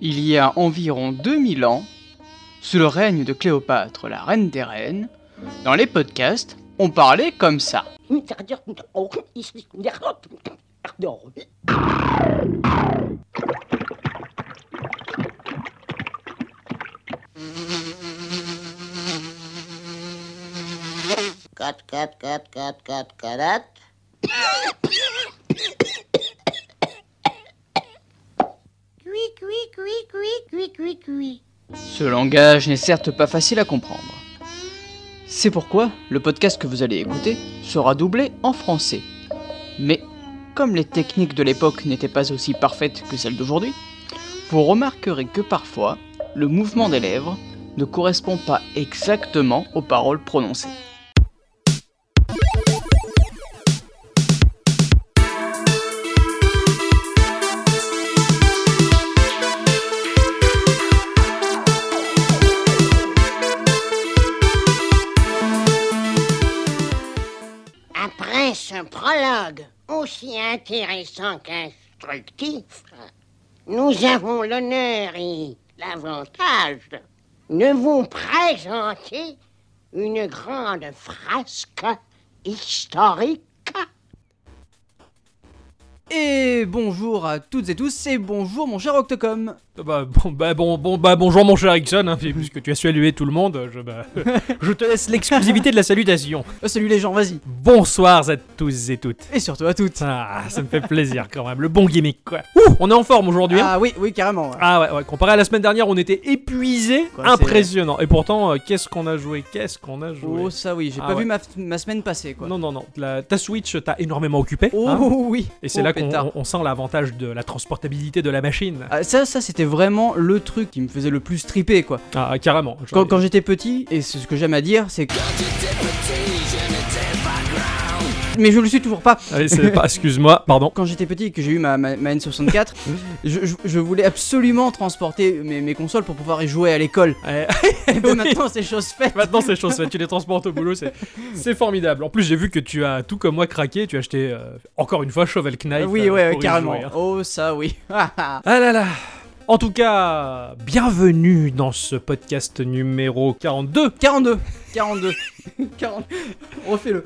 il y a environ 2000 ans, sous le règne de Cléopâtre, la reine des reines, dans les podcasts, on parlait comme ça. Cut, cut, cut, cut, cut, cut, cut. Cui, cui, cui, cui, cui, cui, cui. Ce langage n'est certes pas facile à comprendre. C'est pourquoi le podcast que vous allez écouter sera doublé en français. Mais comme les techniques de l'époque n'étaient pas aussi parfaites que celles d'aujourd'hui, vous remarquerez que parfois, le mouvement des lèvres ne correspond pas exactement aux paroles prononcées. Après ce prologue aussi intéressant qu'instructif, nous avons l'honneur et l'avantage de vous présenter une grande frasque historique. Et bonjour à toutes et tous, et bonjour mon cher Octocom Bah bon, bah bon, bon, bah bonjour mon cher Erickson, hein, puisque tu as salué tout le monde, je, bah, je te laisse l'exclusivité de la salutation. Euh, Salut les gens, vas-y Bonsoir à tous et toutes. Et surtout à toutes Ah, ça me fait plaisir quand même, le bon gimmick quoi. Ouh, on est en forme aujourd'hui. hein. Ah oui, oui, carrément ouais. Ah ouais, ouais, comparé à la semaine dernière, on était épuisés, Quoi, c'est- impressionnant. Et pourtant, euh, qu'est-ce qu'on a joué, qu'est-ce qu'on a joué. Oh ça oui, j'ai Ah pas ouais. vu ma, ma semaine passer quoi. non, non, non, la- ta Switch t'a énormément occupé. Oh hein. oui et c'est Oh, là qu'on pétard. on- on sent l'avantage de la transportabilité de la machine. Ah, ça, ça c'était vraiment le truc qui me faisait le plus triper quoi. Ah, carrément. j'en Quand, ai- quand j'étais petit, et c'est ce que j'aime à dire, c'est que. Mais je le suis toujours pas. Allez, c'est pas, excuse-moi, pardon. Quand j'étais petit et que j'ai eu ma, ma- ma N64, je, je- je voulais absolument transporter mes, mes consoles pour pouvoir y jouer à l'école. Ouais. Et ben Oui. maintenant c'est chose faite. Maintenant, c'est chose faite. Tu les transportes au boulot, c'est c'est formidable. En plus, j'ai vu que tu as, tout comme moi, craqué. Tu as acheté, euh, encore une fois, Shovel Knight. Ah oui, ouais, euh, ouais, pour y carrément. jouer, hein. Oh, ça oui. Ah là là En tout cas, bienvenue dans ce podcast numéro 42. 42, 42, 40. Refais-le.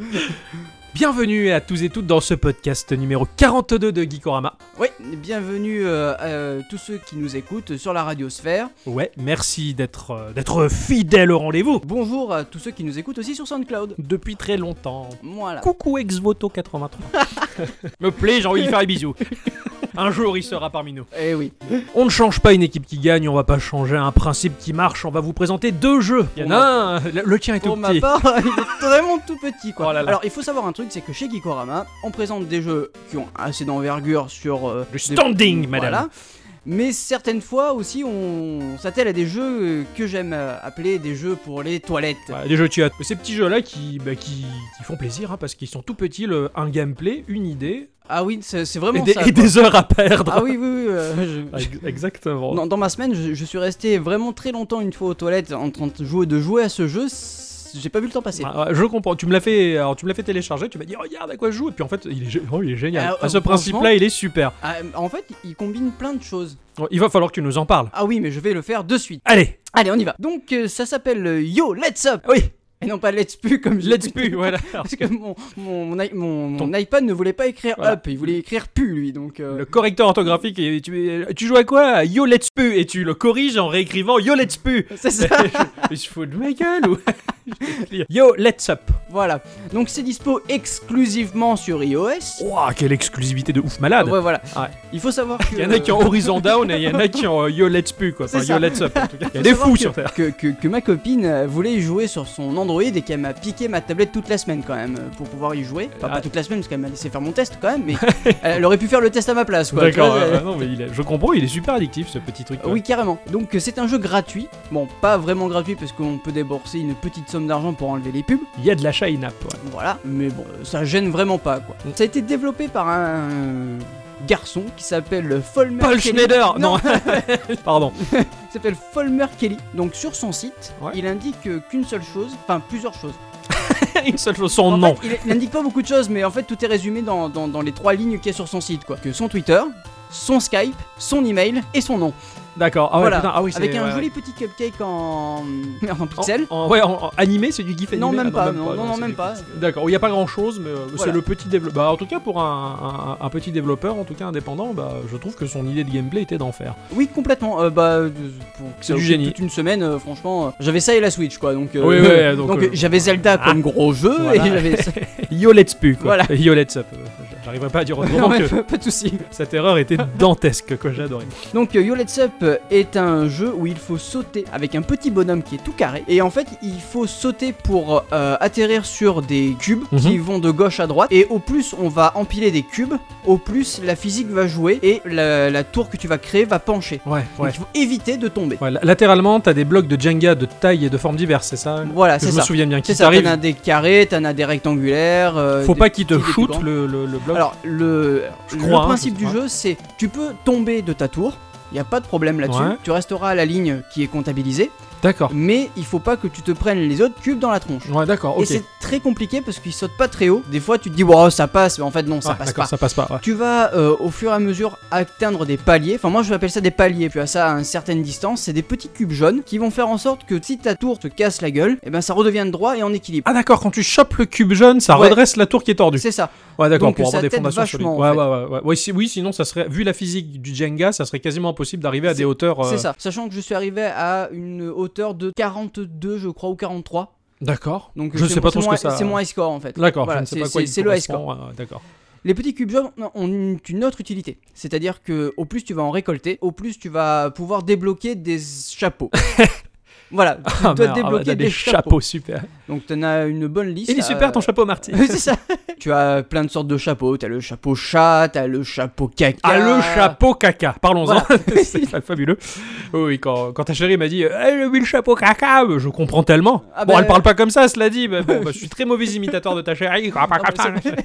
Bienvenue à tous et toutes dans ce podcast numéro 42 de Geekorama. Oui, bienvenue euh, à tous ceux qui nous écoutent sur la radiosphère. Ouais, merci d'être euh, d'être fidèle au rendez-vous Bonjour à tous ceux qui nous écoutent aussi sur SoundCloud. depuis très longtemps. Voilà. Coucou Exvoto83. Me plaît, j'ai envie de lui faire des bisous. Un jour, il sera parmi nous. Eh oui. On ne change pas une équipe qui gagne, on va pas changer un principe qui marche, on va vous présenter deux jeux. Il y en Pour a un, le le tien est Pour tout ma petit. part, il est vraiment tout petit quoi. Oh là là. Alors il faut savoir un truc, c'est que chez Gikorama, on présente des jeux qui ont assez d'envergure sur euh, Le des- standing, madame. Voilà. Mais certaines fois aussi, on s'attelle à des jeux euh, que j'aime euh, appeler des jeux pour les toilettes. Ouais, des jeux de chat. Ces petits jeux-là qui, bah, qui, qui font plaisir, hein, parce qu'ils sont tout petits, le, un gameplay, une idée, Ah oui, c'est c'est et vraiment des, ça. quoi. et des heures à perdre. Ah oui, oui, oui. euh, je- Ex- Exactement. Dans, dans ma semaine, je, je suis resté vraiment très longtemps une fois aux toilettes en train de jouer, de jouer à ce jeu. c- J'ai pas vu le temps passer. Ah, ouais, je comprends, tu me l'as fait, alors, tu me l'as fait télécharger, tu m'as dit regarde à quoi je joue, et puis en fait il est, gé- oh, il est génial. Ah, à ce euh, franchement- principe-là, il est super. Ah, en fait, il combine plein de choses. Il va falloir que tu nous en parles. Ah oui, mais je vais le faire de suite. Allez, Allez, on y va. Donc, euh, ça s'appelle euh, Yo, Let's Up. oui, Et non pas Let's Pu comme je let's dis. pu, voilà. Parce que mon, mon, mon i- mon- mon Ton- iPad ne voulait pas écrire Voilà. Up, il voulait écrire Pu lui. Donc, euh, Le correcteur orthographique, et tu, tu joues à quoi Yo let's pu Et tu le corriges en réécrivant Yo let's pu c'est ça. Je je fous de ma gueule ou Yo let's up voilà. Donc, c'est dispo exclusivement sur iOS. Ouah, quelle exclusivité de ouf malade Ah Ouais, voilà. Ouais. Il faut savoir que. Il y en a qui ont Horizon Down et il y en a qui ont euh, Yo let's pu quoi. Enfin, C'est ça. Yo let's up en tout cas. Il y Faut a des savoir fous que- sur Terre. que, que, que ma copine euh, voulait y jouer sur son Android et qu'elle m'a piqué ma tablette toute la semaine quand même euh, pour pouvoir y jouer. Enfin, pas Ah. toute la semaine parce qu'elle m'a laissé faire mon test quand même, mais elle aurait pu faire le test à ma place. quoi. D'accord, Tu vois, ouais, euh, ouais, non, mais il est- je comprends, il est super addictif ce petit truc. quoi. Oui, carrément. Donc euh, c'est un jeu gratuit. Bon, pas vraiment gratuit parce qu'on peut débourser une petite somme d'argent pour enlever les pubs. Il y a de la shine up. ouais. Voilà. Mais bon, euh, ça gêne vraiment pas quoi. Mm. Ça a été développé par un garçon qui s'appelle Folmer Paul Kelly. Schneider Non, Non, Pardon. il s'appelle Folmer Kelly. Donc sur son site, Ouais. il indique euh, qu'une seule chose, enfin plusieurs choses. Une seule chose, son En nom. fait, il- il indique pas beaucoup de choses, mais en fait, tout est résumé dans, dans- dans les trois lignes qu'il y a sur son site, quoi. Que son Twitter, son Skype, son email et son nom. D'accord. Ah, ouais, Voilà. putain, ah oui, c'est- Avec un ouais, Oh. joli petit cupcake en, en ouais. En- pixel. en- ouais, en- en animé, c'est du gif animé. Non, même Ah, pas, non, non, non, c'est même du- pas. D'accord, il n'y a pas grand chose, mais euh, c'est Voilà. le petit développeur. Bah, en tout cas, pour un, un- un petit développeur, en tout cas indépendant, bah, je trouve que son idée de gameplay était d'enfer. Oui, complètement. Euh, bah, euh, pour que ça du occupe génie. Toute une semaine, euh, franchement, euh, j'avais ça et la Switch, quoi. Donc, euh, Oui, oui, donc, euh, j'avais Zelda ah. comme gros jeu Voilà. et j'avais. ça. Yo, let's pu, quoi. Voilà. Yo, let's up. Euh, J'arriverai pas à dire Non, autrement mais que pas pas de souci. cette erreur était dantesque, quoi, j'adorais. Donc euh, Yo Let's Up est un jeu où il faut sauter avec un petit bonhomme qui est tout carré et en fait il faut sauter pour euh, atterrir sur des cubes Mhm. qui vont de gauche à droite et au plus on va empiler des cubes, au plus la physique va jouer et la, la tour que tu vas créer va pencher. Ouais, ouais. Donc il faut éviter de tomber. Ouais, la- latéralement, t'as des blocs de Jenga de taille et de forme diverses, c'est ça Voilà, Que c'est Je me ça. souviens bien. C'est Qui ça, t'en t'arrive as des carrés, t'en as des rectangulaires. euh, Faut des- pas qu'il te petits, des plus shoot grands. le, le- le bloc. Alors, le, Je le crois, hein, principe je du sais jeu, c'est tu peux tomber de ta tour, il n'y a pas de problème là-dessus. Ouais. Tu resteras à la ligne qui est comptabilisée, D'accord. Ah. mais il faut pas que tu te prennes les autres cubes dans la tronche. Ouais, d'accord, Et ok. c'est très compliqué parce qu'ils sautent pas très haut. Des fois, tu te dis, wow, ça passe, mais en fait, non, ça Ah, passe d'accord, pas. ça passe pas. ouais. Tu vas euh, au fur et à mesure atteindre des paliers, enfin moi je appelle ça des paliers, tu as ça à une certaine distance, c'est des petits cubes jaunes qui vont faire en sorte que si ta tour te casse la gueule, et ben ça redevient droit et en équilibre. Ah, d'accord, quand tu chopes le cube jaune, ça Ouais. redresse la tour qui est tordue. C'est ça. Ouais, d'accord, Donc, pour ça avoir des t'aide fondations solides. vachement, en Ouais, fait. ouais, ouais, ouais. Ouais, si- oui, sinon, ça serait, vu la physique du Jenga, ça serait quasiment impossible d'arriver à des hauteurs. euh, C'est ça. Sachant que je suis arrivé à une hauteur de 42, je crois, ou 43. D'accord. Donc je c'est sais mon- pas trop c'est ce mon- que ça. C'est mon high score en fait. D'accord, Voilà, je ne sais c'est- pas quoi c'est- il c'est le high correspond, ouais, D'accord. Les petits cubes jaunes non, ont une- une autre utilité. C'est-à-dire que au plus tu vas en récolter, au plus tu vas pouvoir débloquer des chapeaux. voilà, tu dois Ah, merde, ah, débloquer t'as des, des chapeaux, super. Donc t'en as une bonne liste. Il est euh, super ton chapeau, Marty. Oui, c'est ça. tu as plein de sortes de chapeaux. T'as le chapeau chat, t'as le chapeau caca. Ah, le chapeau caca, parlons-en, Voilà. c'est fa- fabuleux. Oui, oui, quand, quand ta chérie m'a dit Eh, le- oui, le chapeau caca, je comprends tellement. Ah bon, bah- elle parle pas comme ça, cela dit, mais bon, bah, je suis très mauvais imitateur de ta chérie.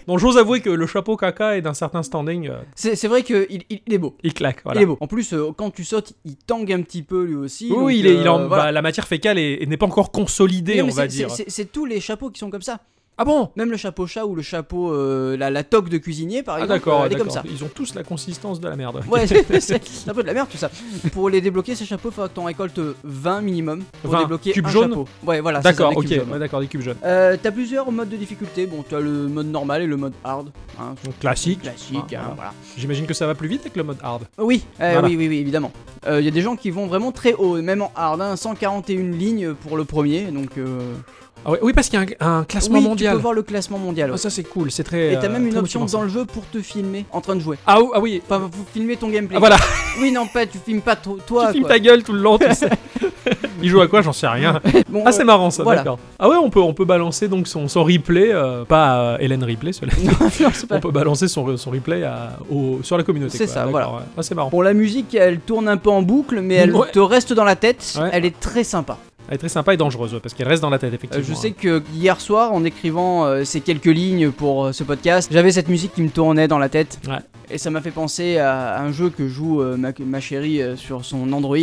Donc, j'ose avouer que le chapeau caca est d'un certain standing, euh, C'est c'est vrai qu'il il, il est beau. il claque. Voilà. Il est beau. En plus, euh, quand tu sautes, il tangue un petit peu lui aussi. Oui, donc, oui, il est, il est en, euh, voilà. bah, la matière fécale est- n'est pas encore consolidée, Non, on mais va c'est- dire. c'est- C'est c'est tous les chapeaux qui sont comme ça. Ah bon Même le chapeau chat ou le chapeau, euh, la, la toque de cuisinier, par Ah exemple, d'accord, euh, elle est d'accord. comme ça. Ils ont tous la consistance de la merde. Ouais, c'est c'est un peu de la merde tout ça. Pour les débloquer, ces chapeaux, il faudra que t'en récoltes 20 minimum pour 20 débloquer cubes un jaunes chapeau. Ouais, voilà. c'est ça, D'accord, des ok, cubes jaunes. ouais, d'accord, des cubes jaunes. Euh, t'as plusieurs modes de difficulté. Bon, t'as le mode normal et le mode hard. hein, Donc, classique. classique, Ah, hein, voilà. voilà. J'imagine que ça va plus vite avec le mode hard. Oui, euh, Voilà. oui, oui, oui, évidemment. Il y a des gens qui vont vraiment très haut, même en hard, hein, 141 lignes pour le premier, donc. euh, Ah ouais, oui, parce qu'il y a un, un classement oui, tu mondial. peux voir le classement mondial. Ah, ouais. ça c'est cool, c'est très. Et t'as euh, même une très option motivant, dans le jeu pour te filmer en train de jouer. ça. Ah, ou- ah oui, Enfin, pour filmer ton gameplay. ah, voilà, Oui, non, pas, tu filmes pas to- toi. tu filmes quoi. ta gueule tout le long, tu sais. Il joue à quoi J'en sais rien. Bon, Ah, c'est euh, marrant ça, voilà. d'accord. Ah ouais, on peut, on peut balancer donc son, son replay, euh, pas à Hélène Replay, cela dit. euh, non, non, c'est pas- On peut balancer son, son replay à- au- sur la communauté. C'est quoi, ça, d'accord, ouais. Ah, c'est marrant. Bon, la musique, elle tourne un peu en boucle, mais elle Ouais. te reste dans la tête. Ouais. Elle est très sympa. Elle est très sympa et dangereuse, ouais, parce qu'elle reste dans la tête, Euh, effectivement. hein. je sais que hier soir, en écrivant euh, ces quelques lignes pour euh, ce podcast, j'avais cette musique qui me tournait dans la tête. Ouais. Et ça m'a fait penser à un jeu que joue euh, ma, ma chérie euh, sur son Android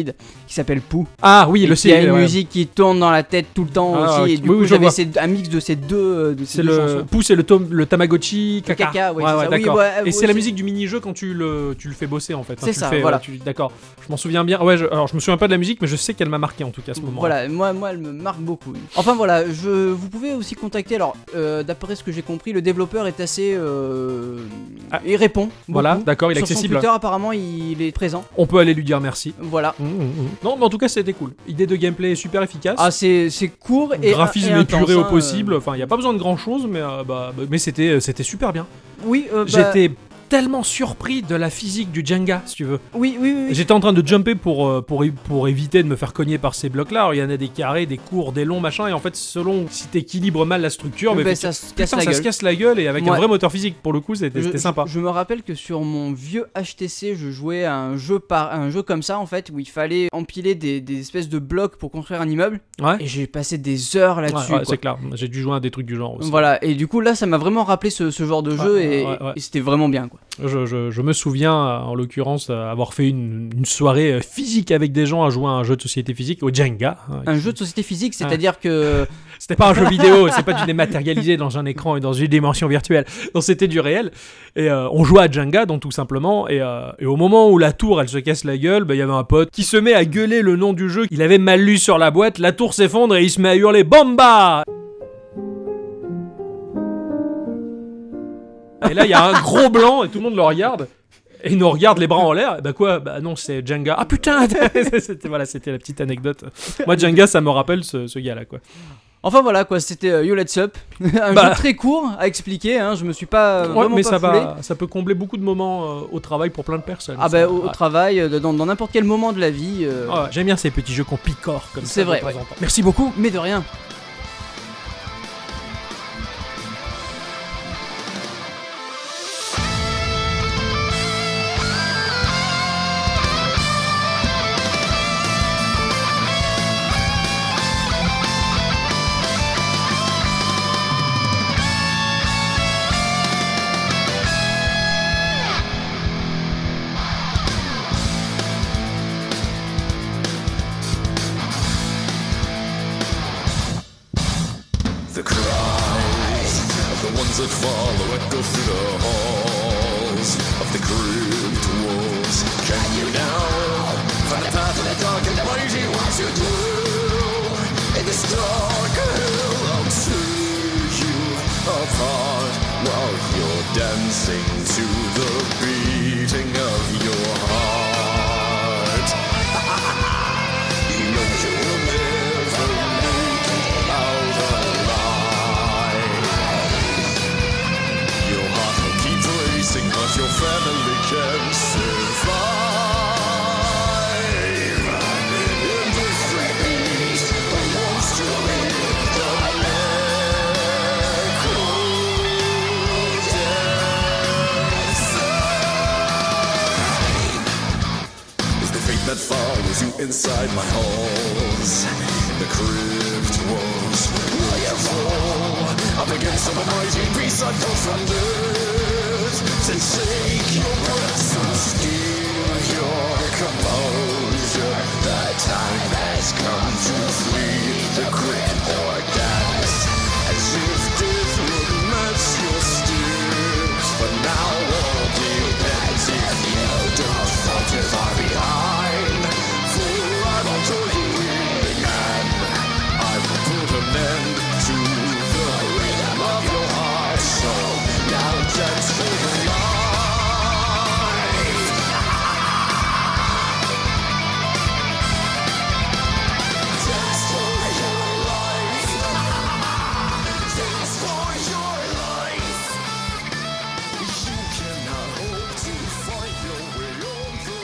qui s'appelle Pou. Ah oui, le Il y a CD, une ouais. musique qui tourne dans la tête tout le temps Ah, aussi. ok. Et du Oui, oui, coup, je j'avais vois. ces- un mix de ces deux, euh, de ces C'est deux le chansons. pouce et le, tom- le Tamagotchi, caca. Caca, ouais, c'est ça. Oui, d'accord. ouais, et ouais, c'est la c'est- musique du mini-jeu quand tu le, tu le fais bosser en fait. C'est tu le ça, fais, euh, voilà. tu- d'accord. Je m'en souviens bien. Ouais, je, alors je me souviens pas de la musique, mais je sais qu'elle m'a marqué en tout cas à ce moment. Voilà, moi, moi elle me marque beaucoup. Enfin voilà, je, vous pouvez aussi contacter. Alors, euh, d'après ce que j'ai compris, le développeur est assez. euh, Ah. Il répond. Voilà, beaucoup. d'accord, il est Sur accessible. Son Twitter, apparemment, il est présent. On peut aller lui dire merci. Voilà. Mm, mm, mm. Non, mais en tout cas, c'était cool. Idée de gameplay super efficace. Ah, c'est c'est court et. Graphisme et intense, épuré au hein, possible. Enfin, il y a pas besoin de grand chose, mais euh, bah, bah, mais c'était, c'était super bien. euh. Oui, euh, bah, J'étais tellement surpris de la physique du Jenga, si tu veux. Oui, oui, oui. oui. J'étais en train de jumper pour, euh, pour, é- pour éviter de me faire cogner par ces blocs-là. Alors, Il y en a des carrés, des courts, des longs, machin. Et en fait, selon si t'équilibres mal la structure, mais Bah, effectivement, ça se casse putain, la ça gueule. se casse la gueule. Et avec un Ouais. vrai moteur physique, pour le coup, c'était Je- c'était sympa. Je, je me rappelle que sur mon vieux HTC, je jouais à un jeu par un jeu comme ça en fait où il fallait empiler des, des espèces de blocs pour construire un immeuble Ouais, et j'ai passé des heures là-dessus. Ouais, ouais, quoi. c'est clair. J'ai dû jouer à des trucs du genre aussi. Voilà, et du coup là ça m'a vraiment rappelé ce, ce genre de jeu Ouais, ouais, et, ouais, ouais. et c'était vraiment bien quoi. Je, je- je me souviens, euh, en l'occurrence, euh, avoir fait une, une soirée euh, physique avec des gens à jouer à un jeu de société physique au Jenga. hein, Un qui- jeu de société physique, c'est-à-dire que C'était pas un jeu vidéo, c'est pas du dématérialisé dans un écran et dans une dimension virtuelle. Donc c'était du réel. Et euh, on jouait à Jenga, donc tout simplement. Et, euh, et au moment où la tour, elle se casse la gueule, bah, il y avait un pote qui se met à gueuler le nom du jeu. Il avait mal lu sur la boîte, la tour s'effondre et il se met à hurler Bomba Et là, il y a un gros blanc et tout le monde le regarde. Et il nous regarde les bras en l'air. Bah quoi Bah non, c'est Jenga. Ah putain C'était voilà, c'était la petite anecdote. Moi, Jenga, ça me rappelle ce, ce gars-là, quoi. Enfin voilà quoi, c'était euh, You Let's Up, un Bah. jeu très court à expliquer. Hein, je me suis pas euh, Ouais, vraiment mais pas ça, foulé. va, ça peut combler beaucoup de moments euh, au travail pour plein de personnes. Ah ça. bah au, au Ah. travail, euh, dans dans n'importe quel moment de la vie. euh, Ah ouais, J'aime bien ces petits jeux qu'on picore comme ça. C'est de vrai, temps ouais. en temps. Merci beaucoup. Mais de rien. The cries of the ones that follow echo through the halls of the grooved walls. Can you now find the path of the dark and the mighty ones who do? In this dark hill, I'll tear you apart while you're dancing to the beating of your heart. You know you will never make it out alive. Your heart will keep racing, but your family can't survive. In the free beat, the ones to lead the echo dancer is the fate that follows you inside my halls. The crypt walls. Will you fall up against some mighty beast that comes from earth? Then shake your breath and steal your composure. The time has come to flee the crypt or dance. As if death would match your steps. But now all depends if you don't falter far behind. For I'm a total willing man. I will put an end to the rhythm of your heart. So now dance for your life. Dance for your life. Dance for your life. You cannot hope to find your way over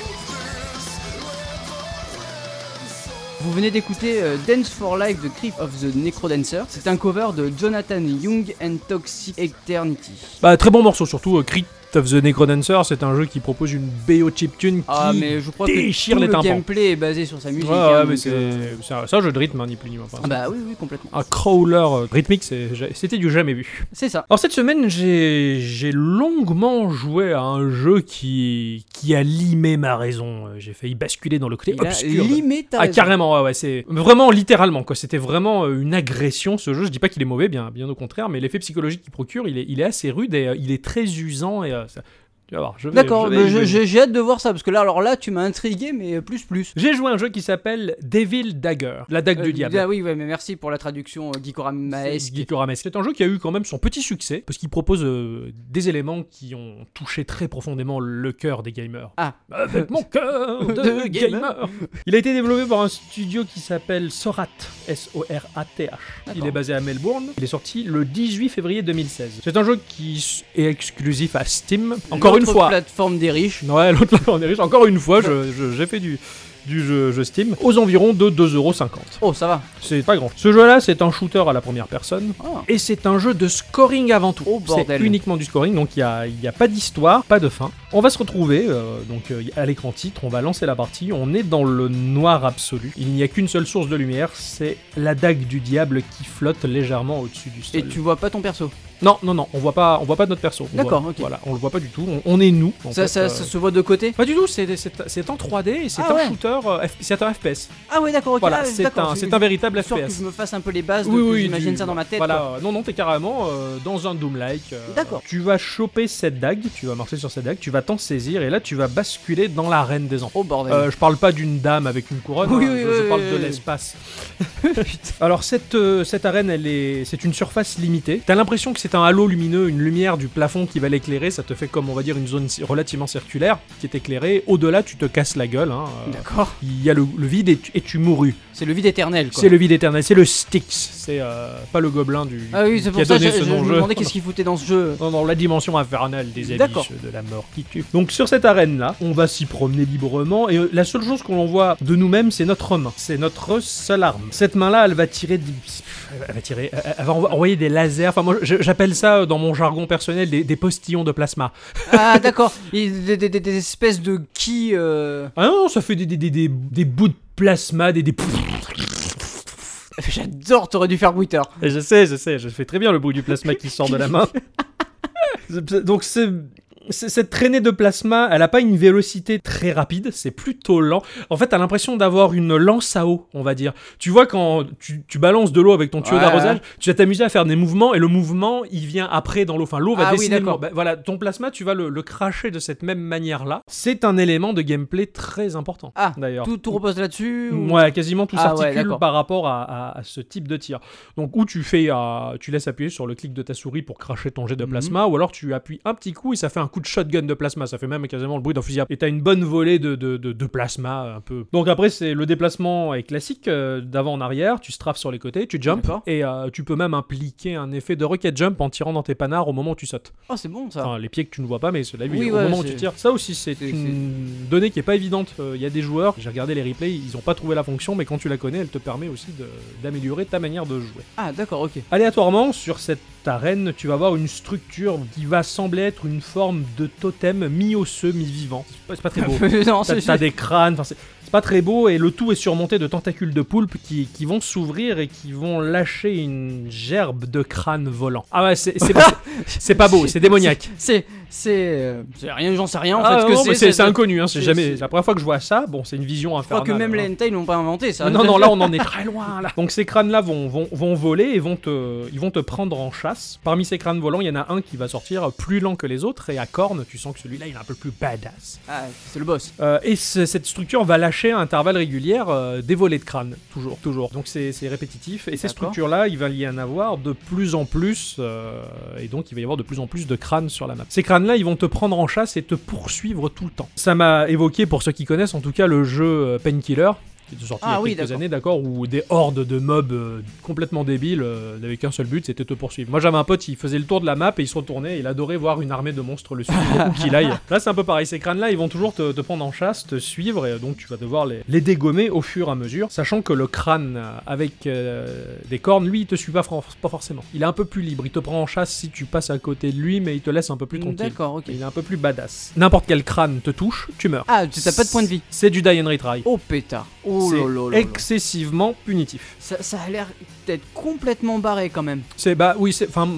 this Vous venez d'écouter euh, Dance for Life de Creep of the Necrodancer. C'est un cover de Jonathan Young and Toxic Eternity. Bah, très bon morceau, surtout euh, Crypt of the Necrodancer. C'est un jeu qui propose une BO chiptune qui. Ah mais je crois que déchire tout les le tympans. gameplay est basé sur sa musique. Ouais, ouais, hein, mais donc, euh, c'est c'est un, c'est un jeu de rythme, hein, ni plus ni moins. Enfin, Ah bah oui oui complètement. Un crawler euh, rythmique, c'est- j'ai- c'était du jamais vu. C'est ça. Alors cette semaine, j'ai j'ai longuement joué à un jeu qui, qui a limé ma raison. J'ai failli basculer dans le côté Il a obscur. de- limé ta Ah raison. carrément, ouais, ouais, c'est vraiment littéralement quoi. C'était vraiment euh, une agression ce jeu. Je dis pas qu'il est mauvais, bien, bien au contraire, mais l'effet psychologique qu'il procure, il est, il est assez rude et euh, il est très usant et. euh, ça- Tu vas voir, je vais- D'accord, je vais- bah, je je- vais- j'ai j'ai hâte de voir ça parce que là alors là tu m'as intrigué mais euh, plus plus. J'ai joué à un jeu qui s'appelle Devil Dagger, la dague Euh, du diable. Ah oui, ouais, mais merci pour la traduction euh, C'est Gikoramaesque. Geekorama. C'est un jeu qui a eu quand même son petit succès, parce qu'il propose euh, des éléments qui ont touché très profondément le cœur des gamers. Ah. Avec mon cœur de, De gamer. gamer Il a été développé par un studio qui s'appelle Sorat, S-O-R-A-T-H. Il est basé à Melbourne. Il est sorti le 18 février 2016. C'est un jeu qui s- est exclusif à Steam. Encore une L'autre fois, plateforme des riches. Ouais, l'autre là, on est riche. Encore une fois, je- je- j'ai fait du, du jeu, jeu Steam aux environs de 2,50€. Oh, ça va. C'est pas grand. Ce jeu-là, c'est un shooter à la première personne. Ah. Et c'est un jeu de scoring avant tout. Oh, c'est bordel. uniquement du scoring, donc il n'y a, il y a pas d'histoire, pas de fin. On va se retrouver euh, donc euh, à l'écran titre, on va lancer la partie. On est dans le noir absolu. Il n'y a qu'une seule source de lumière, c'est la dague du diable qui flotte légèrement au-dessus du sol. Et tu vois pas ton perso. Non, non, non, on voit pas, on voit pas notre perso. On D'accord, voit- ok. Voilà, on le voit pas du tout. On, on est nous. en Ça, fait, ça- euh, ça se voit de côté Pas du tout. C'est, c'est, c'est en 3D et c'est Ah un ouais. shooter. euh, F- c'est un FPS. Ah ouais, d'accord, ok. voilà, ah, c'est d'accord, un, j'ai- c'est un véritable Histoire que FPS. je me fasse un peu les bases, de Oui, que oui, j'imagine du- ça dans ma tête. quoi. Voilà, euh, non, non, t'es carrément euh, dans un Doom-like. euh, D'accord. Tu vas choper cette dague, tu vas marcher sur cette dague, tu vas t'en saisir et là tu vas basculer dans l'arène des enfants. Oh bordel. Euh, je parle pas d'une dame avec une couronne, Oui, hein, oui, je, oui, je oui, parle oui, de oui. l'espace. Alors cette, euh, cette arène, elle est, c'est une surface limitée. T'as l'impression que c'est un halo lumineux, une lumière du plafond qui va l'éclairer. Ça te fait comme on va dire une zone ci- relativement circulaire qui est éclairée. Au-delà, tu te casses la gueule. hein, euh, D'accord. Il y a le, le vide et tu, et tu mourus. C'est le vide éternel, quoi. C'est le vide éternel. C'est le Styx. C'est euh, pas le gobelin du. Ah oui, c'est qui pour a ça que donné je, ce je nom au me jeu. demandais qu'est-ce qu'il foutait dans ce jeu. Non, non, la dimension infernale des D'accord. abysses de la mort qui tue. Donc sur cette arène là, on va s'y promener librement et euh, la seule chose qu'on voit de nous-mêmes, c'est notre main. C'est notre seule arme. Cette main là, elle va tirer, des- pff, elle va tirer, elle- elle va envo- envoyer des lasers. Enfin moi, je- j'appelle ça euh, dans mon jargon personnel des, des postillons de plasma. Ah d'accord. Il- Des, des- des- des espèces de qui. euh, Ah non, ça fait des, des, des, des- des bouts de plasma, des, des J'adore. T'aurais dû faire Twitter. Et je sais, je sais, je fais très bien le bruit du plasma qui sort de la main. Donc c'est... c'est- Cette traînée de plasma, elle n'a pas une vélocité très rapide, c'est plutôt lent. En fait, t'as l'impression d'avoir une lance à eau, on va dire. Tu vois, quand tu, tu balances de l'eau avec ton tuyau Ouais. d'arrosage, tu vas t'amuser à faire des mouvements et le mouvement, il vient après dans l'eau. Enfin, l'eau va Ah oui, dessiner le d'accord. mouvement. Bah, voilà, ton plasma, tu vas le, le cracher de cette même manière-là. C'est un élément de gameplay très important, Ah, d'ailleurs. Tout, tout repose là-dessus. ou- Ouais, quasiment tout Ah ouais, s'articule d'accord. par rapport à, à- à ce type de tir. Donc, ou tu fais, euh, tu laisses appuyer sur le clic de ta souris pour cracher ton jet Mhm. de plasma, ou alors tu appuies un petit coup et ça fait un coup de shotgun de plasma. Ça fait même quasiment le bruit d'un fusil. à- Et t'as une bonne volée de, de, de- de plasma euh, un peu. Donc après, c'est le déplacement est classique, euh, d'avant en arrière. Tu strafes sur les côtés, tu jumps D'accord. et euh, tu peux même impliquer un effet de rocket jump en tirant dans tes panards au moment où tu sautes. Oh c'est bon ça. Enfin, les pieds que tu ne vois pas, mais cela, Oui, au ouais, moment où c'est- tu tires. Ça aussi, c'est c'est- une donnée qui est pas évidente. Euh, Il y a des joueurs, j'ai regardé les replays, ils n'ont pas trouvé la fonction, mais quand tu la connais, elle te permet aussi de- d'améliorer ta manière de jouer. Ah d'accord, ok. Aléatoirement, sur cette arène, tu vas voir une structure qui va sembler être une forme de totem mi-osseux, mi-vivant. C'est pas- c'est pas très beau. non, T'as c'est- t'as des crânes, enfin, c'est c'est pas très beau, et le tout est surmonté de tentacules de poulpe qui, qui vont s'ouvrir et qui vont lâcher une gerbe de crâne volant. Ah ouais, c'est c'est pas, c'est pas beau, c'est démoniaque. C'est c'est euh, c'est rien, j'en sais rien en Ah, fait ce non, mais que c'est c'est. c'est inconnu, hein, c'est c'est- jamais. c'est- La première fois que je vois ça, bon, c'est une vision Je crois infernale. que même les hein. hentai ils l'ont pas inventé ça. Non, non, là on en est très loin. Là. Donc ces crânes-là vont, vont, vont voler et vont te, ils vont te prendre en chasse. Parmi ces crânes volants, il y en a un qui va sortir plus lent que les autres et à cornes, tu sens que celui-là il est un peu plus badass. Ah, c'est le boss. Euh, et ce- cette structure va lâcher à intervalles réguliers euh, des volets de crâne, toujours, toujours. Donc c'est c'est répétitif. Et ces D'accord. structures-là, il va y en avoir de plus en plus, euh, et donc il va y avoir de plus en plus de crânes sur la map. Ces crânes-là, ils vont te prendre en chasse et te poursuivre tout le temps. Ça m'a évoqué, pour ceux qui connaissent, en tout cas le jeu euh, Painkiller. Qui est sorti Ah il y a oui, quelques d'accord. années, d'accord, où des hordes de mobs euh, complètement débiles, euh, avec un seul but, c'était de te poursuivre. Moi j'avais un pote, il faisait le tour de la map et il se retournait, et il adorait voir une armée de monstres le suivre où qu'il aille. Là c'est un peu pareil, ces crânes-là, ils vont toujours te, te prendre en chasse, te suivre, et donc tu vas devoir les, les dégommer au fur et à mesure, sachant que le crâne euh, avec euh, des cornes, lui, il te suit pas, fran- pas forcément. Il est un peu plus libre, il te prend en chasse si tu passes à côté de lui, mais il te laisse un peu plus tranquille. D'accord, ok. Il est un peu plus badass. N'importe quel crâne te touche, tu meurs. Ah, tu t'as pas de point de vie. C'est du die and retry. Oh pétard. Oh là là là C'est là. excessivement punitif. Ça, ça a l'air d'être complètement barré quand même. C'est bah oui, c'est enfin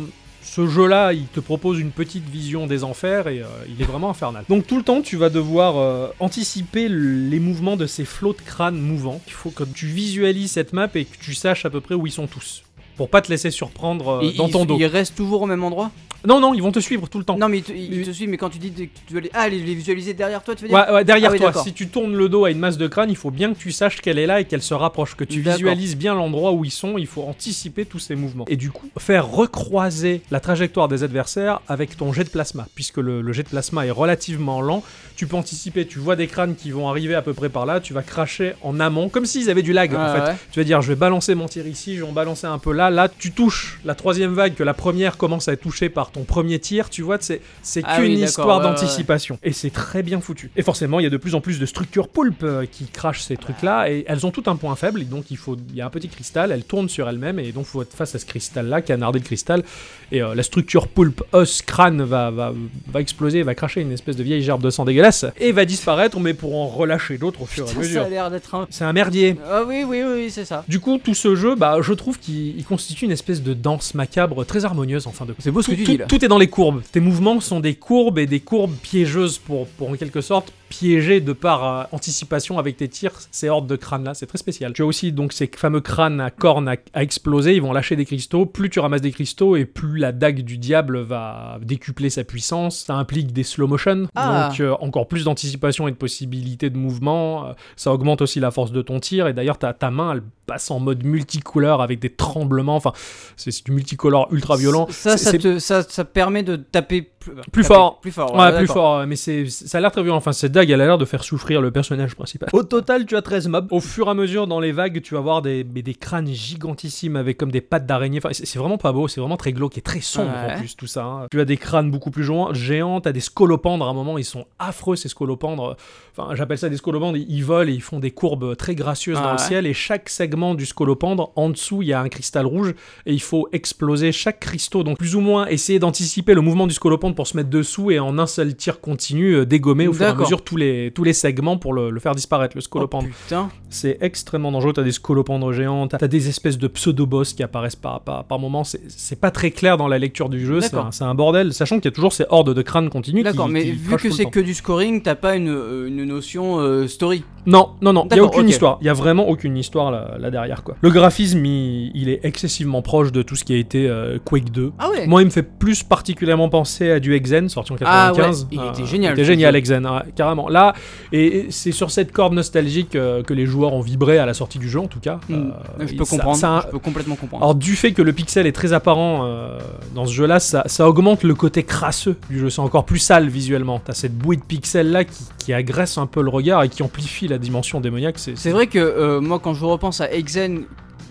ce jeu-là, il te propose une petite vision des enfers et euh, il est vraiment infernal. Donc tout le temps, tu vas devoir euh, anticiper le- les mouvements de ces flots de crânes mouvants. Il faut que tu visualises cette map et que tu saches à peu près où ils sont tous. Pour pas te laisser surprendre euh, Et dans il- ton dos. Il reste toujours au même endroit Non, non, ils vont te suivre tout le temps. Non, mais il te, il Mais- te suit, mais quand tu dis que tu veux les... Ah, les, les visualiser derrière toi, tu veux dire Ouais, ouais, derrière Ah oui, toi, d'accord. si tu tournes le dos à une masse de crâne, il faut bien que tu saches qu'elle est là et qu'elle se rapproche, que tu D'accord. visualises bien l'endroit où ils sont, il faut anticiper tous ces mouvements. Et du coup, faire recroiser la trajectoire des adversaires avec ton jet de plasma, puisque le, le jet de plasma est relativement lent, tu peux anticiper, tu vois des crânes qui vont arriver à peu près par là, tu vas cracher en amont, comme s'ils avaient du lag en Ouais, fait. Ah, ouais. Tu vas dire, je vais balancer mon tir ici, je vais en balancer un peu là. Là, tu touches la troisième vague que la première commence à toucher par par ton premier tir, tu vois, c'est c'est Ah qu'une oui, d'accord, histoire ouais, ouais, ouais. d'anticipation. Et c'est très bien foutu. Et forcément, il y a de plus en plus de structures poulpes euh, qui crachent ces trucs-là, et elles ont tout un point faible, et donc il faut, il y a un petit cristal, elles tournent sur elles-mêmes, et donc faut être face à ce cristal-là, canarder le cristal, et euh, la structure poulpe, os, crâne va, va, va exploser, va cracher une espèce de vieille gerbe de sang dégueulasse, et va disparaître, mais pour en relâcher d'autres au fur et à Putain, ça mesure. a l'air d'être un. C'est un merdier. Ah oui, oui, oui, oui, c'est ça. Du coup, tout ce jeu, bah, je trouve qu'il il constitue une espèce de danse macabre très harmonieuse en fin de C'est beau ce tout, que tu tout- dis là. tout est dans les courbes. Tes mouvements sont des courbes et des courbes piégeuses pour, pour en quelque sorte piéger de par euh, anticipation avec tes tirs ces hordes de crânes là. C'est très spécial. Tu as aussi donc ces fameux crânes à cornes à, à exploser. Ils vont lâcher des cristaux. Plus tu ramasses des cristaux et plus la dague du diable va décupler sa puissance. Ça implique des slow motion. Ah. Donc euh, encore plus d'anticipation et de possibilités de mouvement. Euh, ça augmente aussi la force de ton tir. Et d'ailleurs, ta, ta main elle passe en mode multicolore avec des tremblements. Enfin, c'est c'est du multicolore ultra violent. Ça, C'est- ça, c'est- te, ça, ça permet de taper plus, taper Plus fort. Plus fort. Ouais, plus fort, ouais, mais c'est, ça a l'air très violent. Enfin, cette dague, elle a l'air de faire souffrir le personnage principal. Au total, tu as 13 mobs. Au fur et à mesure, dans les vagues, tu vas voir des, mais des crânes gigantissimes avec comme des pattes d'araignée. Enfin, c'est, c'est vraiment pas beau, c'est vraiment très glauque et très sombre Ouais. en plus, tout ça. hein. Tu as des crânes beaucoup plus géants, géants, t'as des scolopendres à un moment, ils sont affreux ces scolopendres. Enfin, j'appelle ça des scolopendres, ils, ils volent et ils font des courbes très gracieuses dans Ouais. le ciel. Et chaque segment du scolopendre, en dessous, il y a un cristal rouge et il faut exploser chaque cristaux. Donc plus ou moins essayer d'anticiper le mouvement du scolopendre pour se mettre dessous et en un seul tir continu euh, dégommer au fur et à D'accord. mesure tous les, tous les segments pour le, le faire disparaître, le Oh, scolopendre. putain. c'est extrêmement dangereux, t'as des scolopendres géants, t'as t'as des espèces de pseudo-boss qui apparaissent par, par, par moments, c'est- c'est pas très clair dans la lecture du jeu, c'est D'accord. un, c'est un bordel, sachant qu'il y a toujours ces hordes de crânes continus. qui- D'accord, mais qui vu crachent que tout le c'est temps. que du scoring, t'as pas une, euh, une notion euh, story. Non, non, non, il n'y a D'accord, aucune ok. histoire. Il n'y a vraiment aucune histoire là, là derrière. quoi. Le graphisme, il, il est excessivement proche de tout ce qui a été euh, Quake 2. Ah ouais Moi, il me fait plus particulièrement penser à du Exen sorti en Ah ouais, 95. il était Euh, génial, Il était ce génial, jeu. Exen, ouais, carrément. Là, et et c'est sur cette corde nostalgique euh, que les joueurs ont vibré à la sortie du jeu, en tout cas. Hmm, Euh, Je peux ça- comprendre. ça- Oh. Je peux complètement comprendre. alors du fait que le pixel est très apparent euh, dans ce jeu-là, ça, ça augmente le côté crasseux du jeu, c'est encore plus sale visuellement. T'as cette bouée de pixels là qui, qui agresse un peu le regard et qui amplifie la dimension démoniaque. C'est C'est vrai que euh, moi, quand je repense à Exen,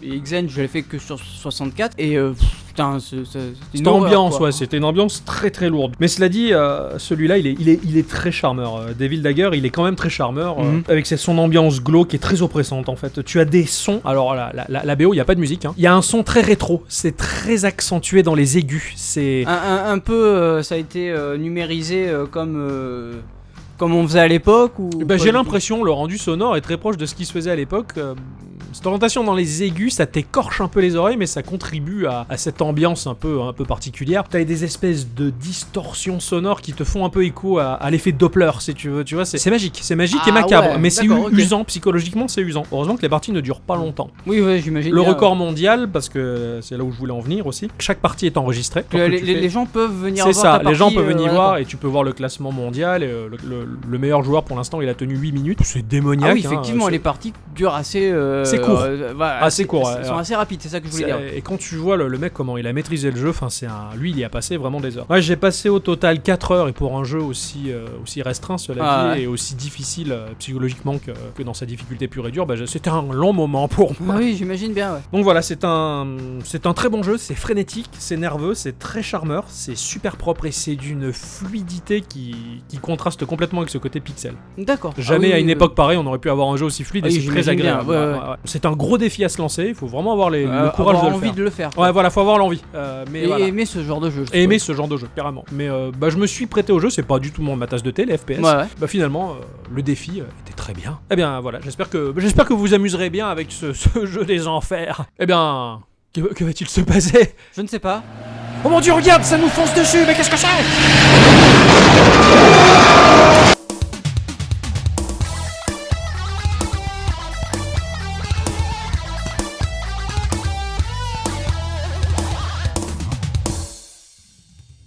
et Exen, je l'ai fait que sur 64, et euh, pff, putain, c'est c'est- c'est une C'était horreur, ambiance, quoi. ouais, c'était une ambiance très très lourde. Mais cela dit, euh, celui-là, il est, il, est, il est très charmeur. Euh, Devil Dagger, il est quand même très charmeur, euh, Mhm. avec ses- son ambiance glauque qui est très oppressante en fait. Tu as des sons, alors la, la, la- la BO, il n'y a pas de musique, hein. il y a un son très rétro, c'est très accentué dans les aigus, c'est... Un, un- un peu, euh, ça a été euh, numérisé euh, comme, euh, comme on faisait à l'époque ou Eh ben, pas j'ai du l'impression, le rendu sonore est très proche de ce qui se faisait à l'époque. Euh, cette orientation dans les aigus, ça t'écorche un peu les oreilles, mais ça contribue à, à cette ambiance un peu, un peu particulière. T'as des espèces de distorsions sonores qui te font un peu écho à, à l'effet Doppler, si tu veux. Tu vois, c'est c'est magique, c'est magique et Ah macabre, ouais, mais c'est d'accord, u- ok. usant psychologiquement, c'est usant. Heureusement que les parties ne durent pas longtemps. tout Oui, ouais, j'imagine. Le bien, record mondial, parce que c'est là où je voulais en venir aussi. Chaque partie est enregistrée. ouais. Donc, Les, tu euh, les- fais- les gens peuvent venir c'est voir ça, ta les gens partie, peuvent euh, venir voilà, voir quoi. et tu peux voir le classement mondial. Et, euh, le, le- le meilleur joueur pour l'instant, il a tenu 8 minutes. C'est démoniaque. Ah oui, hein, effectivement, c'est- les parties durent assez. euh, C'est court. euh, voilà, Assez court, ouais, Elles sont ouais. assez rapides, c'est ça que je voulais dire. c'est- Et quand tu vois le, le mec comment il a maîtrisé le jeu, enfin c'est un, lui il y a passé vraiment des heures. Ouais, j'ai passé au total 4 heures et pour un jeu aussi euh, aussi restreint cela Ah dit ouais. et aussi difficile euh, psychologiquement que, que dans sa difficulté pure et dure, bah, je- c'était un long moment pour moi. Ah oui, j'imagine bien, ouais. Donc voilà, c'est un, c'est un très bon jeu, c'est frénétique, c'est nerveux, c'est très charmeur, c'est super propre et c'est d'une fluidité qui, qui contraste complètement avec ce côté pixel. D'accord. Ah Jamais oui, à oui, une oui. époque pareille, on aurait pu avoir un jeu aussi fluide Ah et oui, c'est très j'imagine bien, agréable. ouais, ouais. Ouais, ouais. C'est un gros défi à se lancer, il faut vraiment avoir les- Euh, le courage avoir de le envie faire. de le faire. quoi. Ouais, voilà, faut avoir l'envie. Euh, mais Et voilà. aimer ce genre de jeu. je Et aimer suppose. ce genre de jeu, carrément. Mais euh, bah, je me suis prêté au jeu, c'est pas du tout mon ma tasse de thé, les FPS. Ouais, ouais. Bah finalement, euh, le défi euh, était très bien. Eh bien voilà, j'espère que j'espère que vous vous amuserez bien avec ce, ce jeu des enfers. Eh bien, que, que va-t-il se passer Je ne sais pas. Oh mon dieu, regarde, ça nous fonce dessus, mais qu'est-ce que c'est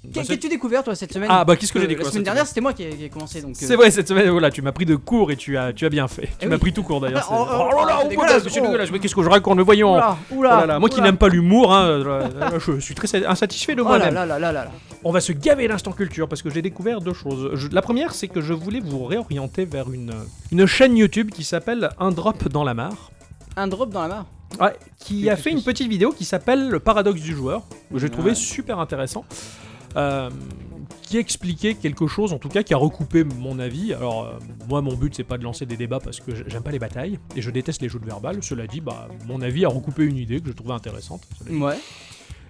Bah, c'est- Qu'as-tu découvert toi cette semaine Ah bah qu'est-ce que j'ai Euh, découvert La cette semaine dernière, c'était moi qui ai, qui ai commencé donc. euh, C'est vrai, cette semaine, voilà, tu m'as pris de court et tu as, tu as bien fait. Tu Eh m'as oui. pris tout court d'ailleurs. Ah, c'est- oh, oh, Oh là là, c'est oh, dégueulasse, c'est oh. dégueulasse, mais qu'est-ce que je raconte, mais voyons. Oula, oula, Oh là là, moi qui oula. n'aime pas l'humour, hein, euh, euh, je suis très insatisfait de Oh là moi-même. là là là là là. On va se gaver l'instant culture parce que j'ai découvert deux choses. Je- la première, c'est que je voulais vous réorienter vers une, une chaîne YouTube qui s'appelle Un Drop dans la Mare. Un drop dans la mare. Ouais, qui a fait une petite vidéo qui s'appelle Le paradoxe du joueur, que j'ai trouvé Ouais. super intéressant. euh, qui expliquait quelque chose, en tout cas qui a recoupé mon avis. Alors, euh, moi, mon but, c'est pas de lancer des débats parce que j- j'aime pas les batailles et je déteste les jeux de verbal. Cela dit, bah, mon avis a recoupé une idée que je trouvais intéressante. Cela dit. Ouais.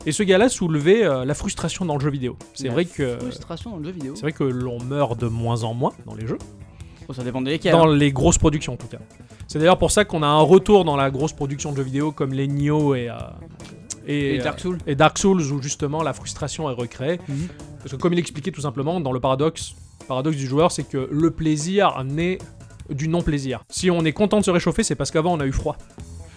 Et ce gars-là soulevait euh, la frustration dans le jeu vidéo. C'est La vrai que. euh, Frustration dans le jeu vidéo. C'est vrai que l'on meurt de moins en moins dans les jeux, Oh, ça dépend de lesquels. dans les grosses productions en tout cas. C'est d'ailleurs pour ça qu'on a un retour dans la grosse production de jeux vidéo comme les Nioh et, euh, et, Les euh, Dark Souls. et Dark Souls où justement la frustration est recréée. Mhm. Parce que comme il expliquait tout simplement dans le paradoxe, paradoxe du joueur, c'est que le plaisir naît du non-plaisir. Si on est content de se réchauffer, c'est parce qu'avant on a eu froid.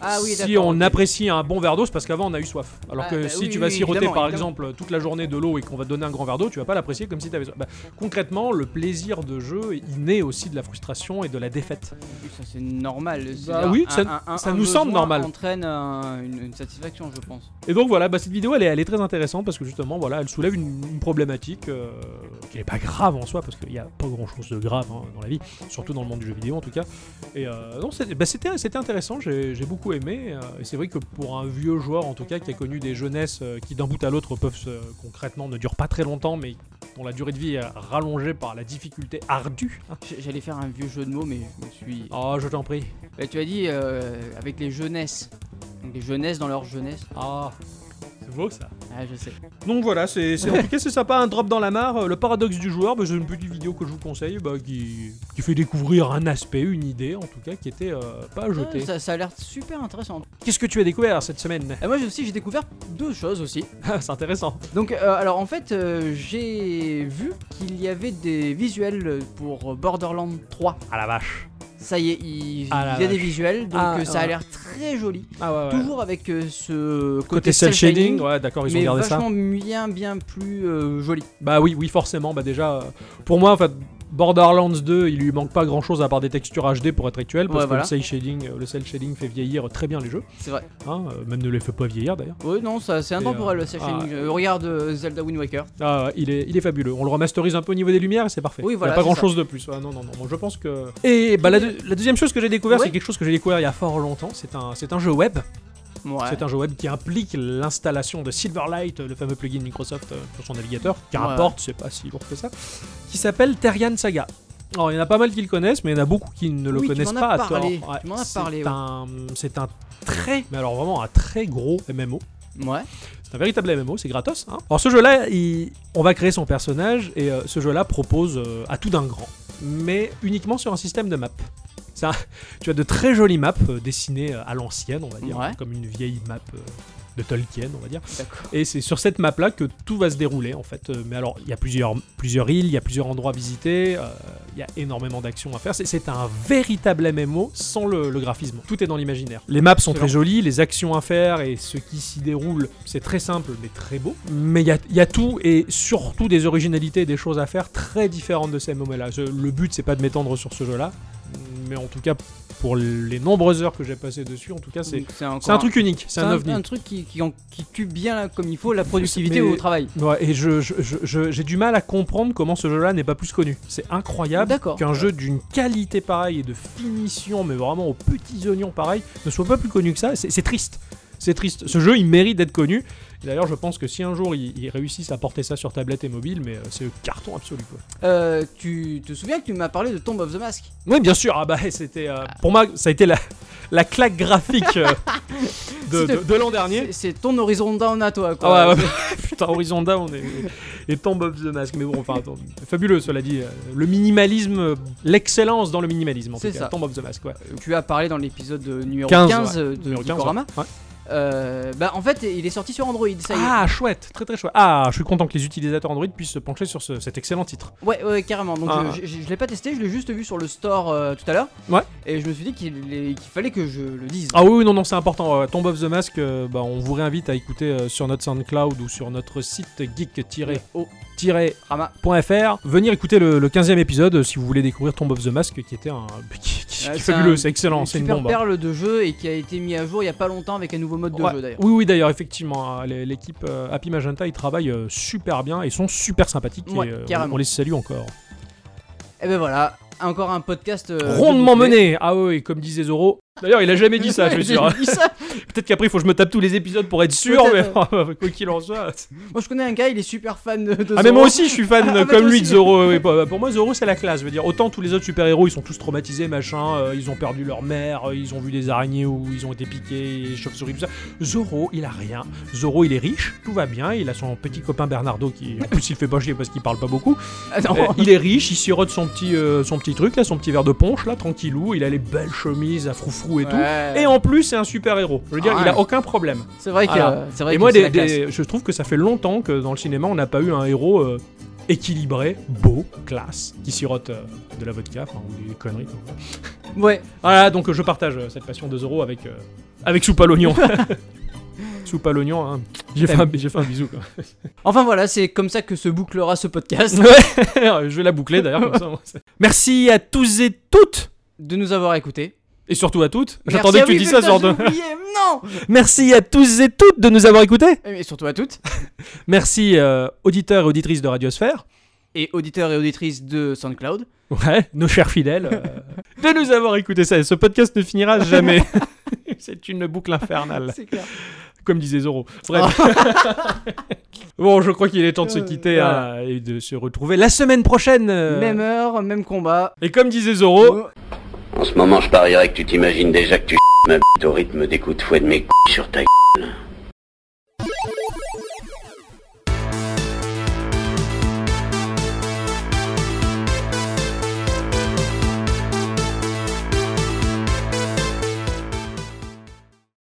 Ah oui, si on d'accord, ok. apprécie un bon verre d'eau, c'est parce qu'avant on a eu soif. Alors Ah, que bah si oui, tu vas oui, siroter évidemment, par évidemment. exemple toute la journée de l'eau et qu'on va te donner un grand verre d'eau, tu vas pas l'apprécier comme si tu avais soif. Bah, concrètement, le plaisir de jeu, il naît aussi de la frustration et de la défaite. Ça, c'est normal. Bah c'est- oui, un- ça- un- un- ça un nous semble besoin normal. entraîne un- une, une satisfaction, je pense. Et donc voilà, bah, cette vidéo elle est, elle est très intéressante parce que justement voilà, elle soulève une, une problématique euh, qui n'est pas grave en soi parce qu'il n'y a pas grand chose de grave hein, dans la vie, surtout dans le monde du jeu vidéo en tout cas. Et euh, non, c'est- bah, c'était c'était intéressant, j'ai j'ai beaucoup aimé. euh, et c'est vrai que pour un vieux joueur en tout cas qui a connu des jeunesses euh, qui d'un bout à l'autre peuvent se- concrètement ne durent pas très longtemps mais dont la durée de vie est rallongée par la difficulté ardue. hein. J- J'allais faire un vieux jeu de mots, mais je me suis. Oh, je t'en prie. Bah, tu as dit euh, avec les jeunesses. Donc, les jeunesses dans leur jeunesse. Ah, c'est beau ça. Ah, je sais. Donc voilà, c'est c'est- en tout cas c'est sympa, un drop dans la mare, euh, le paradoxe du joueur, bah, c'est une petite vidéo que je vous conseille bah, qui, qui fait découvrir un aspect, une idée en tout cas qui était euh, pas jetée. Ah, ça, ça a l'air super intéressant. Qu'est-ce que tu as découvert cette semaine Et moi j'ai aussi, j'ai découvert deux choses aussi. Ah, C'est intéressant. Donc, euh, alors en fait, euh, j'ai vu qu'il y avait des visuels pour Borderlands 3. Ah la vache. Ça y est, il, Ah la il y a des vache. visuels, donc Ah, euh, ça ouais. a l'air très joli. Ah ouais, Toujours avec euh, ce côté, Côté cel shading, ouais d'accord, ils ont mais gardé ça. vachement bien, bien plus euh, joli. Bah oui, oui forcément, bah déjà, euh, pour moi en fait, Borderlands 2, il lui manque pas grand chose à part des textures HD pour être actuel, parce Ouais, que voilà. le, cel shading, euh, le cel shading fait vieillir très bien les jeux, C'est vrai. hein, euh, même ne les fait pas vieillir d'ailleurs. Oui, non, ça c'est intemporel le cel ah, shading. Euh, regarde euh, Zelda Wind Waker. Ah, ouais, il est, il est fabuleux. On le remasterise un peu au niveau des lumières et c'est parfait. Oui, Il y a voilà, pas c'est grand ça. chose de plus. Ouais, non, non, non. Moi, Je pense que. Et bah, la, deux- la deuxième chose que j'ai découvert, Ouais. c'est quelque chose que j'ai découvert il y a fort longtemps. C'est un, c'est un jeu web. Ouais. C'est un jeu web qui implique l'installation de Silverlight, le fameux plugin Microsoft euh, sur son navigateur, qui Ouais. rapporte, c'est pas si lourd que ça, qui s'appelle Terrian Saga. Alors, il y en a pas mal qui le connaissent, mais il y en a beaucoup qui ne le Oui, tu connaissent m'en as pas à parlé, tort. Ouais, tu m'en as c'est parlé, ouais. un- C'est un très, mais alors vraiment un très gros MMO. Ouais. C'est un véritable MMO, c'est gratos. hein. Alors ce jeu-là, il- on va créer son personnage et euh, ce jeu-là propose euh, à tout d'un grand, mais uniquement sur un système de map. Ça, tu as de très jolies maps euh, dessinées euh, à l'ancienne, on va dire, Ouais. comme une vieille map euh, de Tolkien, on va dire. D'accord. Et c'est sur cette map-là que tout va se dérouler en fait. Euh, Mais alors, il y a plusieurs, plusieurs îles, il y a plusieurs endroits à visiter, euh, il y a énormément d'actions à faire. C'est- C'est un véritable MMO sans le, le graphisme. Tout est dans l'imaginaire. Les maps sont très Excellent. jolies, les actions à faire et ce qui s'y déroule, c'est très simple mais très beau. Mais il y a, il y a tout et surtout des originalités et des choses à faire très différentes de ces MMO-là. Le but, c'est pas de m'étendre sur ce jeu-là, mais en tout cas, pour les nombreuses heures que j'ai passées dessus, en tout cas, c'est. Donc, C'est encore C'est un truc unique, c'est C'est un un, ovni. un truc qui, qui, en- qui tue bien là, comme il faut la productivité Mais- au travail. Ouais, et je, je- je- je- j'ai du mal à comprendre comment ce jeu-là n'est pas plus connu. C'est incroyable D'accord. qu'un jeu d'une qualité pareille et de finition, mais vraiment aux petits oignons pareil, ne soit pas plus connu que ça. C'est, c'est triste. C'est triste. Ce jeu, il mérite d'être connu. Et D'ailleurs, je pense que si un jour ils, ils réussissent à porter ça sur tablette et mobile, mais euh, c'est le carton absolu. Quoi. Euh, tu te souviens que tu m'as parlé de Tomb of the Mask Oui, bien sûr. Ah bah, c'était, euh, pour moi, ça a été la, la claque graphique euh, de, C'était- de- de l'an dernier. C'est- C'est ton Horizon Down à toi, quoi. Ah ouais, ouais, ouais. putain, Horizon Down et, et Tomb of the Mask. Mais bon, enfin, attends, fabuleux, cela dit. euh, Le minimalisme, euh, l'excellence dans le minimalisme, en tout C'est cas. ça. Tomb of the Mask, ouais. Tu as parlé dans l'épisode euh, numéro 15, 15, ouais. euh, de Numéro 15, Diorama. ouais. Euh, bah, en fait, il est sorti sur Android, ça y est. Ah, chouette, très très chouette. Ah, je suis content que les utilisateurs Android puissent se pencher sur ce- cet excellent titre. Ouais, ouais, carrément. Donc, Ah. euh, je, je- je l'ai pas testé, je l'ai juste vu sur le store euh, tout à l'heure. Ouais. Et je me suis dit qu'il est- qu'il fallait que je le dise. Ah oui, oui, non, non, c'est important. Euh, Tomb of the Mask, euh, bah, on vous réinvite à écouter euh, sur notre SoundCloud ou sur notre site Oh, geek-o-. Rama. .fr, venir écouter le, le 15e épisode euh, si vous voulez découvrir Tomb of the Mask qui était un. qui- qui- qui est Ouais, Ah, c'est fabuleux, un- c'est excellent, Une c'est une super bombe. hein. perle de jeu et qui a été mis à jour il y a pas longtemps avec un nouveau mode de Ouais. jeu d'ailleurs. Oui, oui, d'ailleurs, effectivement. hein, les- L'équipe euh, Happy Magenta, ils travaillent euh, super bien et sont super sympathiques. Ouais, et, euh, on, carrément. on les salue encore. Et ben Eh voilà, encore un podcast. euh, de Rondement bouclé. mené Ah oui, comme disait Zoro, D'ailleurs, il a jamais dit ça, je suis sûr. J'ai dit ça. Peut-être qu'après, il faut que je me tape tous les épisodes pour être sûr, mais quoi qu'il en soit. Moi, je connais un gars, il est super fan de, de Ah, mais Zorro. moi aussi, je suis fan Ah, euh, mais toi comme lui de aussi. Zoro. oui, oui. Pour pour moi, Zoro, c'est la classe. Je veux dire, autant tous les autres super-héros, ils sont tous traumatisés, machin. euh, ils ont perdu leur mère, euh, ils ont vu des araignées ou ils ont été piqués, les chauves-souris, tout ça. Zoro, il a rien. Zoro, il est riche, tout va bien. Il a son petit copain Bernardo qui, en plus, il le fait pas chier parce qu'il parle pas beaucoup. Ah, non. Euh, il est riche, il sirote son petit, euh, son petit truc, là, son petit verre de punch, là, tranquillou. Il a les belles chemises à froufrou et tout. Ouais. Et en plus, c'est un super-héros. Je veux dire, Ah il a ouais. aucun problème. C'est vrai que Voilà. c'est vrai Et que moi, c'est des- la classe. des- je trouve que ça fait longtemps que dans le cinéma, on n'a pas eu un héros euh, équilibré, beau, classe, qui sirote euh, de la vodka, enfin, ou des conneries. quoi. Ouais. Voilà, donc euh, je partage euh, cette passion de Zoro avec, euh, avec Soupe à l'oignon. Soupe à l'oignon, hein. j'ai fait, un- j'ai fait un bisou. quoi. Enfin voilà, c'est comme ça que se bouclera ce podcast. je vais la boucler d'ailleurs, comme ça. moi, c'est- Merci à tous et toutes, De nous avoir écoutés. et surtout à toutes. Merci- J'attendais ah que tu oui, dises ça, ce putain, genre de. j'ai oublié, Non. Merci à tous et toutes de nous avoir écoutés. Et surtout à toutes Merci euh, auditeurs et auditrices de Radiosphère. et auditeurs et auditrices de SoundCloud. Ouais, nos chers fidèles, euh, de nous avoir écouté ça. Ce podcast ne finira jamais. C'est une boucle infernale, C'est clair. comme disait Zoro. Bref. bon, je crois qu'il est temps de se quitter Voilà. hein, et de se retrouver la semaine prochaine. euh, Même heure, même combat. Et comme disait Zoro, En ce moment, je parierais que tu t'imagines déjà que tu ma bite au rythme des coups de fouet de mes couilles sur ta gueule.